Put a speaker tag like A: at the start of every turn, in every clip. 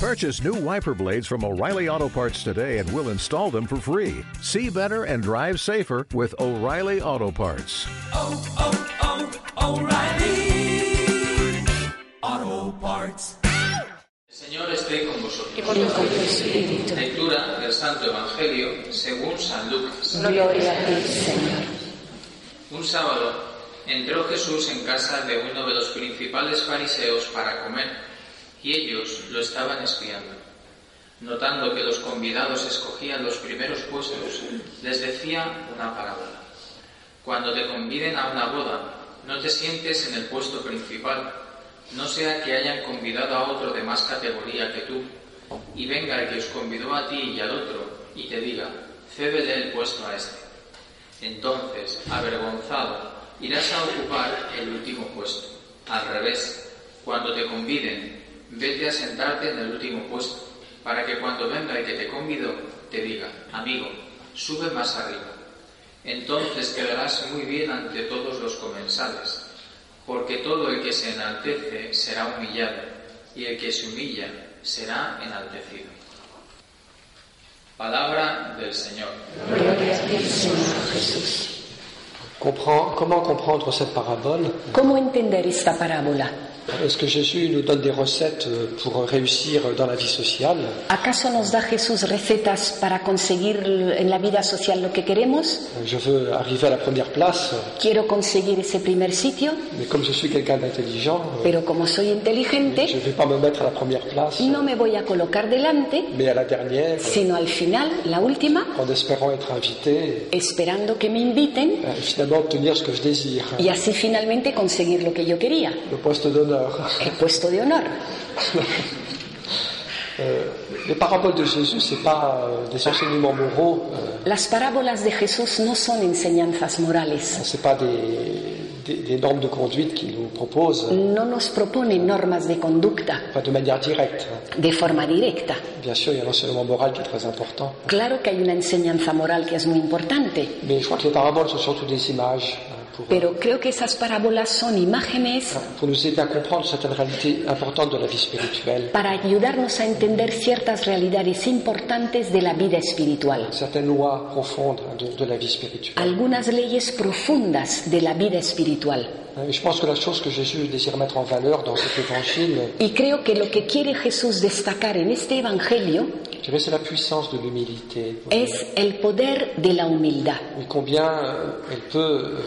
A: Purchase new wiper blades from O'Reilly Auto Parts today and we'll install them for free. See better and drive safer with O'Reilly Auto Parts.
B: oh, oh, O'Reilly. Auto Parts.
C: Señor esté con vosotros.
D: y con tu espíritu.
C: Lectura del Santo Evangelio según San Lucas.
D: Gloria a ti, Señor.
C: Un sábado entró Jesús en casa de uno de los principales fariseos para comer, y ellos lo estaban espiando. Notando que los convidados escogían los primeros puestos, les decía una parábola. Cuando te conviden a una boda, no te sientes en el puesto principal, no sea que hayan convidado a otro de más categoría que tú, y venga el que os convidó a ti y al otro, y te diga, cédele el puesto a este. Entonces, avergonzado, irás a ocupar el último puesto. Al revés, cuando te conviden, vete a sentarte en el último puesto, para que cuando venga el que te convidó, te diga, amigo, sube más arriba. Entonces quedarás muy bien ante todos los comensales, porque todo el que se enaltece será humillado, y el que se humilla será enaltecido. Palabra del Señor.
D: Gloria a ti, Señor Jesús.
E: Comprend- comment comprendre cette parabole
D: ¿Cómo entender esta parábola?
E: Est-ce que Jésus nous donne des recettes euh, pour réussir dans la vie sociale
D: ¿Acaso nos da Jesús recetas para conseguir en la vida social lo que queremos?
E: Euh, Je veux arriver à la première place,
D: Quiero conseguir ese primer sitio,
E: mais comme je suis quelqu'un d'intelligent, euh,
D: pero como soy
E: je ne
D: inteligente,
E: vais pas me mettre à la première place,
D: no me voy a colocar delante,
E: mais à la dernière,
D: sino al final, la última,
E: en espérant être invité,
D: esperando que me inviten
E: euh, finalement obtenir ce que je désire,
D: y así finalmente conseguir lo que yo quería,
E: le poste d'honneur.
D: el puesto de honor.
E: Les paraboles de Jésus, ce n'est pas euh, des enseignements moraux, euh,
D: Las parábolas de Jesús no son enseñanzas morales.
E: ce n'est pas des, des- des normes de conduite qu'il nous propose,
D: no nos propone normas de conducta
E: pas de manière directe.
D: de forma directa.
E: Bien sûr, il y a l'enseignement moral qui est très important.
D: Claro que hay una enseñanza moral que es muy importante,
E: Mais je crois que les paraboles sont surtout des images hein, pour,
D: pero creo que esas parábolas son imágenes
E: pour nous aider à comprendre certaines réalités importantes de la vie spirituelle,
D: para ayudarnos a entender ciertas realidades importantes de la vida espiritual,
E: certaines lois profondes hein, de, de la vie spirituelle.
D: algunas leyes profundas de la vida espiritual.
E: Hein, Et je pense que la chose que Jésus désire mettre en valeur dans cet évangile,
D: Y creo que lo que quiere Jesús destacar en este Evangelio
E: je dirais, c'est la puissance de l'humilité.
D: es el poder de la humildad,
E: Et combien euh, elle peut euh,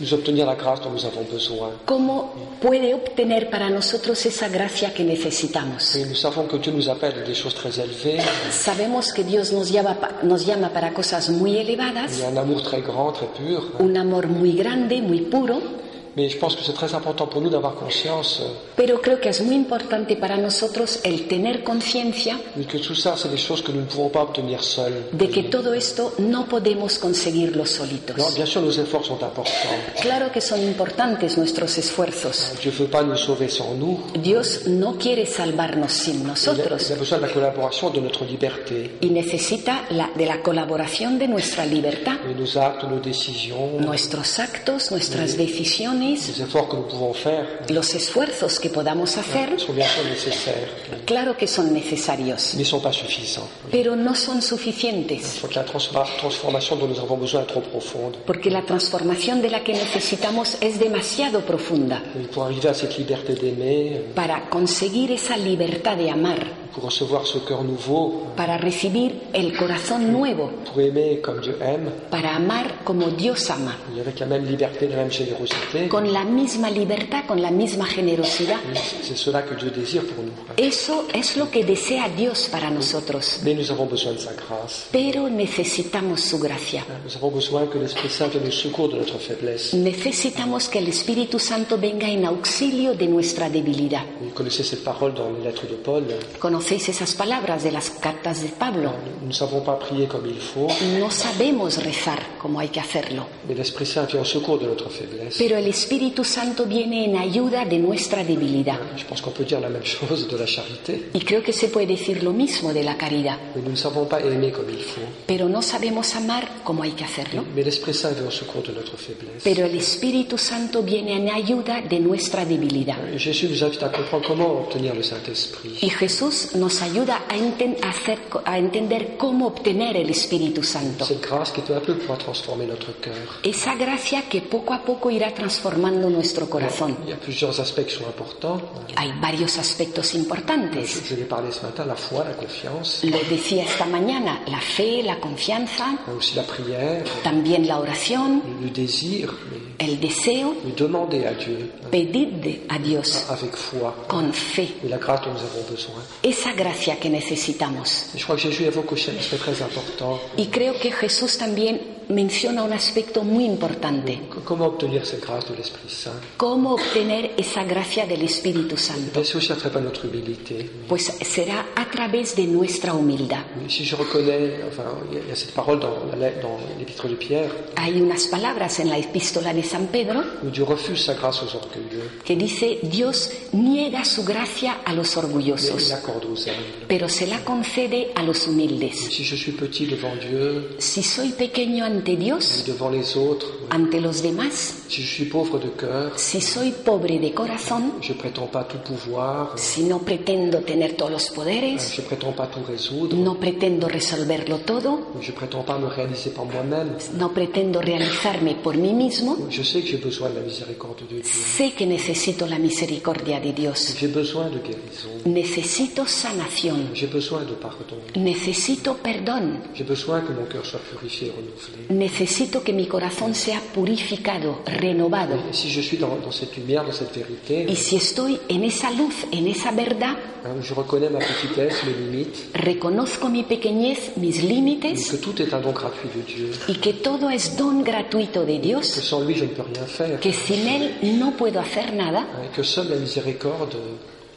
E: nous obtenir la grâce dont nous avons besoin.
D: cómo puede obtener para nosotros esa gracia que necesitamos.
E: Et nous savons que Dieu nous appelle à des choses très élevées,
D: Sabemos que Dios nos llama, pa- nos llama para cosas muy
E: il
D: elevadas,
E: y a un amour très grand, très pur. hein.
D: un amor muy grande, muy puro,
E: Mais je pense que c'est très important pour nous d'avoir conscience euh,
D: pero creo que es muy importante para nosotros el tener conciencia
E: Mais que tout ça, c'est des choses que nous ne pouvons pas obtenir seuls.
D: de que todo esto no podemos conseguirlo
E: Non,
D: solitos.
E: bien sûr, nos efforts sont importants.
D: Claro que son importantes nuestros esfuerzos.
E: Dieu ne veut pas nous sauver sans nous.
D: Dios no quiere salvarnos sin
E: Il a, il
D: nosotros
E: a besoin de la collaboration, de notre liberté,
D: y necesita la- de la colaboración de nuestra libertad,
E: de nos actes, nos décisions,
D: nuestros actos, nuestras decisiones,
E: les efforts que nous pouvons faire
D: los esfuerzos que podamos hacer.
E: sont bien sûr nécessaires,
D: Claro que son necesarios.
E: mais ne sont pas suffisants.
D: pero no son suficientes,
E: Je crois que la transpa- transformation dont nous avons besoin est trop profonde.
D: porque la transformación de la que necesitamos es demasiado profunda
E: Et pour arriver à cette liberté d'aimer,
D: para conseguir esa libertad de amar,
E: pour recevoir ce cœur nouveau,
D: para recibir el corazón nuevo,
E: pour aimer comme Dieu aime,
D: para amar como Dios ama,
E: et avec la même liberté, la même générosité,
D: con la misma libertad, con la misma generosidad.
E: c'est cela que Dieu désire pour nous.
D: Eso es lo que desea Dios para nosotros,
E: Mais nous avons besoin de sa grâce.
D: pero necesitamos su gracia.
E: Nous avons besoin que l'Esprit Saint vienne nous secours de notre faiblesse.
D: Necesitamos que el Espíritu Santo venga en auxilio de nuestra debilidad.
E: Vous connaissez cette parole dans les lettres de Paul.
D: Conocéis esas palabras de las cartas de Pablo.
E: Nous ne savons pas prier comme il faut,
D: No sabemos rezar como hay que hacerlo,
E: mais l'Esprit Saint vient au secours de notre faiblesse.
D: pero el Espíritu Santo viene en ayuda de nuestra debilidad.
E: Je pense qu'on peut dire la même chose de la charité,
D: Y creo que se puede decir lo mismo de la caridad,
E: mais nous ne savons pas aimer comme il faut.
D: pero no sabemos amar como hay que hacerlo.
E: Mais l'Esprit Saint vient au secours de notre faiblesse.
D: Pero el Espíritu Santo viene en ayuda de nuestra debilidad.
E: Et Jésus nous invite à comprendre comment obtenir le Saint-Esprit.
D: Y Jesús nos ayuda a, enten- a hacer- a entender cómo obtener el Espíritu Santo.
E: Cette grâce qui peu à peu pourra transformer notre cœur.
D: Esa gracia que poco a poco irá transformando nuestro corazón.
E: Il y a plusieurs aspects qui sont importants.
D: Hay varios aspectos
E: Je,
D: importantes.
E: je l'ai parlé ce matin, la foi, la confiance,
D: Lo decía esta mañana, la fe, la confianza,
E: mais aussi la prière,
D: también la oración,
E: le, le désir, mais,
D: el deseo,
E: mais demander à Dieu hein,
D: pedirle a Dios
E: avec foi.
D: con fe.
E: Et la grâce dont nous avons besoin.
D: Esa gracia que necesitamos.
E: Et je crois que Jésus évoque aussi un aspect très important.
D: Y creo que Jesús también menciona un aspecto muy importante,
E: C- Comment obtenir cette grâce de l'Esprit Saint
D: cómo obtener esa gracia del Espíritu Santo.
E: Ben, C'est aussi à travers notre humilité.
D: Pues será a través de nuestra humildad.
E: Mais Si je reconnais, enfin, il y a- il y, a cette parole dans la lettre- dans l'épître de Pierre,
D: Hay unas palabras en la epístola de San Pedro
E: où Dieu refuse sa grâce aux orgueilleux,
D: que dice, Dios niega su gracia a los
E: mais il
D: orgullosos,
E: l'accorde aux humbles.
D: pero se la concede a los humildes.
E: Si je suis petit devant Dieu,
D: Si soy pequeño ante
E: ou
D: Dios,
E: devant les autres,
D: ante los demás,
E: si je suis pauvre de cœur,
D: si soy pobre de corazón,
E: je prétends pas tout pouvoir,
D: si no pretendo tener todos los poderes,
E: je prétends pas tout résoudre,
D: no pretendo resolverlo todo,
E: je prétends pas me réaliser par moi-même,
D: No pretendo realizarme por mí mismo,
E: je sais que j'ai besoin de la miséricorde de Dieu.
D: sé que necesito la misericordia de Dios,
E: J'ai besoin de guérison.
D: necesito sanación,
E: J'ai besoin de pardon.
D: necesito perdón,
E: J'ai besoin que mon cœur soit purifié et renouvelé.
D: necesito que mi corazón sea purificado, renovado.
E: Et si je suis dans, dans cette lumière, dans cette vérité,
D: Y si estoy en esa luz, en esa verdad,
E: hein, où je reconnais ma petitesse, mes limites,
D: reconozco mi pequeñez, mis
E: et que
D: límites
E: tout est un don gratuit de Dieu,
D: y que todo es don gratuito de
E: que
D: Dios,
E: sans lui je ne peux rien faire,
D: que sin Él no puedo hacer nada
E: hein, et que seule la miséricorde, euh,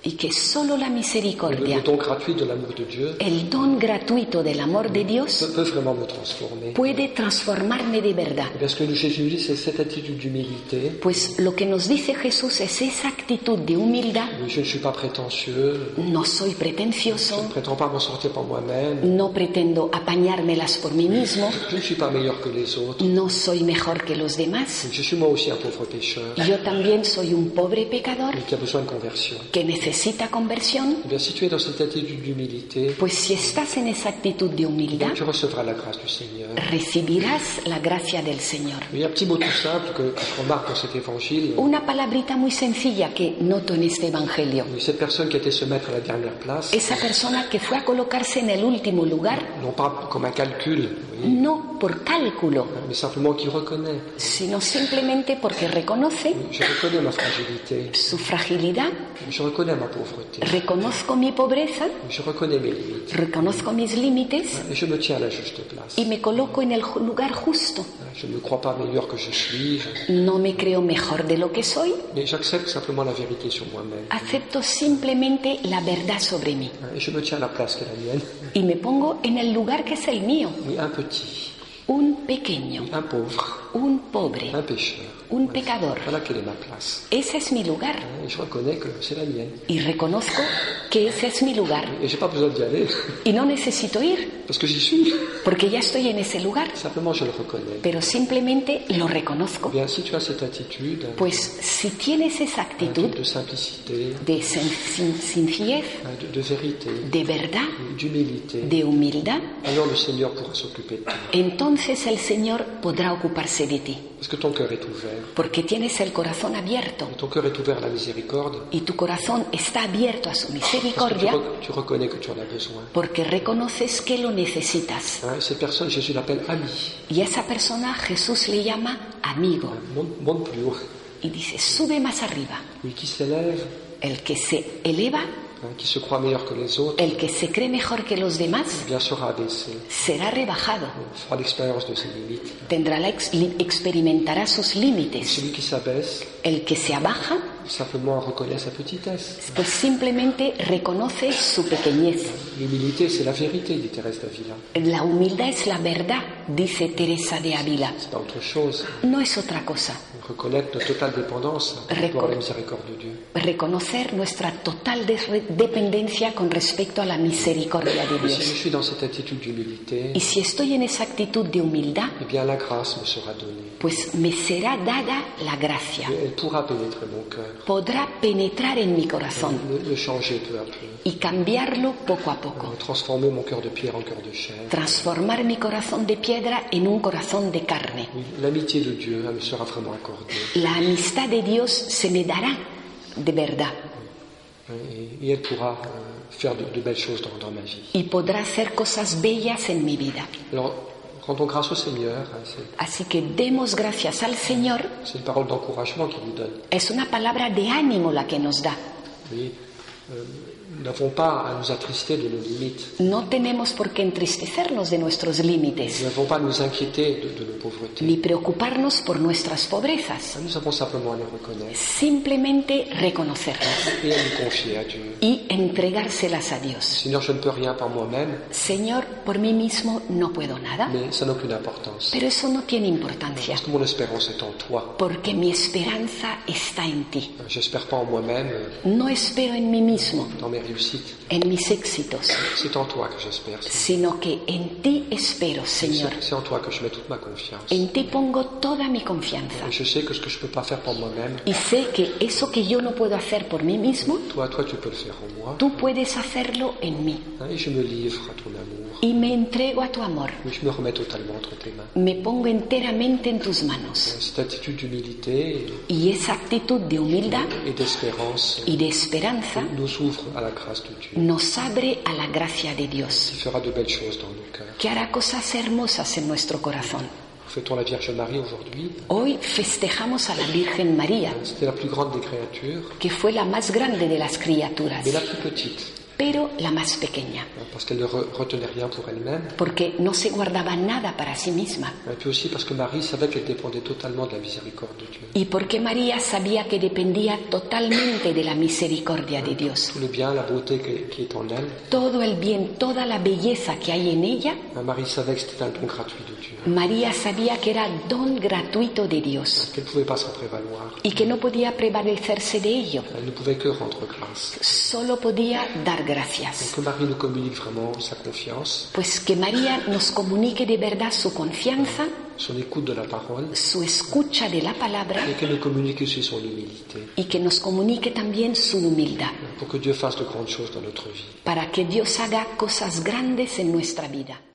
D: y que solo la
E: le, le
D: misericordia,
E: don gratuit de l'amour de Dieu,
D: el don gratuito del amor de Dios,
E: peut, peut vraiment me transformer.
D: puede transformarme de verdad.
E: Et bien, ce que nous, Jésus nous dit, c'est cette attitude d'humilité.
D: Pues lo que nos dice Jesús es esa actitud de humildad.
E: où Je ne suis pas prétentieux,
D: No soy
E: je ne
D: pretencioso,
E: prétends pas m'en sortir par moi-même,
D: no pretendo apañármelas por mí mismo,
E: je ne suis pas meilleur que les autres,
D: no soy mejor que los demás.
E: je suis moi aussi un pauvre pécheur,
D: Yo también soy un pobre pecador
E: mais qui a besoin de conversion.
D: que necesita conversión.
E: Eh bien, si tu es dans cette attitude d'humilité,
D: Pues si estás en esa actitud de humildad,
E: tu recevras la grâce du Seigneur.
D: recibirás la gracia del Señor.
E: Il y a un petit mot tout simple que je remarque dans cet évangile.
D: Una palabrita muy sencilla que noto en este Evangelio.
E: Mais Cette personne qui a été se mettre à la dernière place,
D: Esa persona que fue a colocarse en el último lugar,
E: non pas comme un calcul, oui,
D: no por cálculo,
E: mais simplement qui reconnaît.
D: sino simplemente porque reconoce
E: Je reconnais ma fragilité,
D: su fragilidad,
E: je reconnais ma pauvreté,
D: reconozco mi pobreza,
E: je reconnais mes limites,
D: reconozco mis límites
E: et je me tiens à la juste place.
D: y me coloco en el ju- lugar justo.
E: Je ne me crois pas meilleur que je suis, je-
D: No me creo mejor de lo que soy,
E: mais j'accepte simplement la vérité sur moi-même.
D: acepto simplemente la verdad sobre mí
E: Et je me tiens à la place qui est la mienne.
D: y me pongo en el lugar que es el mío,
E: Oui, un petit,
D: un pequeño,
E: un pauvre,
D: un pobre,
E: un pécheur.
D: un pecador.
E: Voilà quelle est ma place.
D: Ese es mi lugar
E: Et je reconnais que c'est la mienne.
D: y reconozco que ese es mi lugar
E: Et j'ai pas besoin d'y aller,
D: y no necesito ir
E: parce que j'y suis.
D: porque ya estoy en ese lugar,
E: Simplement, je le reconnais.
D: pero simplemente lo reconozco.
E: Eh Bien, si tu as cette attitude,
D: Pues si tienes esa
E: un
D: actitud
E: truc de simplicité,
D: de sen- sin- sencillez,
E: hein, de, de vérité,
D: de verdad,
E: d'humilité,
D: de humildad,
E: alors le Seigneur pourra s'occuper de toi.
D: entonces el Señor podrá ocuparse de ti,
E: Parce que ton cœur est ouvert.
D: porque tienes el corazón abierto
E: Ton cœur est ouvert à la miséricorde.
D: y tu corazón está abierto a su
E: Parce que tu,
D: misericordia
E: re- tu reconnais que tu en as besoin.
D: porque reconoces que lo necesitas.
E: Hein, Cette personne, Jésus l'appelle ami. Hein,
D: Y a esa persona Jesús le llama amigo
E: Monte, monte plus haut.
D: y dice, sube más arriba.
E: Oui, qui s'élève,
D: El que se eleva,
E: hein, qui se croit meilleur que les autres,
D: el que se cree mejor que los demás,
E: bien sera abaissé.
D: será rebajado,
E: Fera l'expérience de ses limites.
D: tendrá la ex- li- experimentará sus límites.
E: Celui qui s'abaisse,
D: El que se abaja
E: simplement reconnaît sa petitesse.
D: pues simplemente reconoce su pequeñez.
E: L'humilité, c'est la vérité, dit Thérèse d'Avila.
D: La humildad es la verdad, dice Teresa de Ávila.
E: C'est pas autre chose.
D: No es otra cosa.
E: Reconnaître notre totale dépendance pour la miséricorde de Dieu.
D: Reconocer nuestra total des- dependencia con respecto a la misericordia de
E: Et si je
D: Dios.
E: suis dans cette attitude d'humilité,
D: Y si estoy en esa actitud de humildad,
E: eh bien la grâce me sera donnée.
D: pues me será dada la gracia.
E: Et Elle pourra pénétrer mon cœur,
D: Podrá penetrar en mi corazón
E: le, le changer peu à peu,
D: y cambiarlo poco a poco.
E: transformer mon cœur de pierre en cœur de chair.
D: Transformar mi corazón de piedra en un corazón de carne.
E: Oui, L'amitié de Dieu, elle me sera vraiment accordée.
D: La amistad de Dios se me dará de verdad
E: hein, Et, et elle pourra euh, faire de, de belles choses dans, dans ma vie.
D: y podrá hacer cosas bellas en mi vida.
E: Alors, rendons grâce au Seigneur. hein, c'est-
D: Así que demos gracias al Señor.
E: c'est une parole d'encouragement qu'il nous donne.
D: Es una palabra de ánimo la que nos da.
E: Oui, euh, nous n'avons pas à nous attrister de nos limites.
D: No tenemos por qué entristecernos de nuestros límites
E: Nous n'avons pas à nous inquiéter de, de nos pauvretés.
D: ni preocuparnos por nuestras pobrezas.
E: Nous avons simplement à les reconnaître
D: Simplemente reconocerlas
E: et à nous confier à Dieu.
D: y entregárselas a Dios.
E: Seigneur, je ne peux rien par moi-même,
D: Señor, por mí mismo no puedo nada,
E: mais ça n'a aucune importance.
D: pero eso no tiene importancia,
E: Parce que mon espérance est en toi.
D: porque mi esperanza está en ti.
E: J'espère pas en moi-même, euh,
D: No espero en mí mismo,
E: dans mes réussites.
D: en mis éxitos,
E: C'est en toi que j'espère. Seigneur.
D: sino que en ti espero, Señor.
E: C'est- C'est en toi que je mets toute ma confiance. Et
D: En ti pongo toda mi confianza.
E: je sais que ce que je peux pas faire par moi-même,
D: Y sé que eso que yo no puedo hacer por mí mismo,
E: toi, toi, tu peux le faire en moi.
D: tú puedes hacerlo en mí.
E: Hein, Et je me livre à ton amour.
D: Y me entrego a tu amor.
E: Oui, je me remets totalement entre tes mains.
D: Me pongo enteramente en tus manos.
E: Cette attitude d'humilité
D: Y esa actitud de humildad
E: et d'espérance
D: y de esperanza
E: nous ouvre à la grâce de Dieu,
D: nos abre a la gracia de Dios,
E: qui fera de belles choses dans nos cœurs.
D: que hará cosas hermosas en nuestro corazón.
E: Fêtons la Vierge Marie aujourd'hui.
D: Hoy festejamos a la Virgen María,
E: C'était la plus grande des créatures,
D: que fue la más grande de las criaturas,
E: mais la plus petite.
D: pero la más pequeña,
E: hein, Parce qu'elle ne re- retenait rien pour elle-même.
D: porque no se guardaba nada para sí misma.
E: Et puis aussi parce que Marie savait qu'elle dépendait totalement de la miséricorde de Dieu.
D: Y porque María sabía que dependía totalmente de la misericordia de Dios.
E: Tout le bien, la beauté qui- qui est en elle,
D: Todo el bien, toda la belleza que hay en ella,
E: hein, Marie savait que c'était un don gratuit de Dieu,
D: María sabía que era don gratuito de Dios
E: qu'elle ne pouvait pas s'en prévaloir.
D: y que no podía prevalecerse de ello,
E: Elle ne pouvait que rendre grâce.
D: solo podía dar gracias.
E: Donc que Marie nous communique vraiment sa confiance,
D: Pues que María nos comunique de verdad su confianza,
E: son écoute de la parole,
D: su escucha de la palabra
E: et qu'elle nous communique aussi son humilité,
D: y que nos comunique también su humildad,
E: hein, pour que Dieu fasse de grandes choses dans notre vie.
D: para que Dios haga cosas grandes en nuestra vida.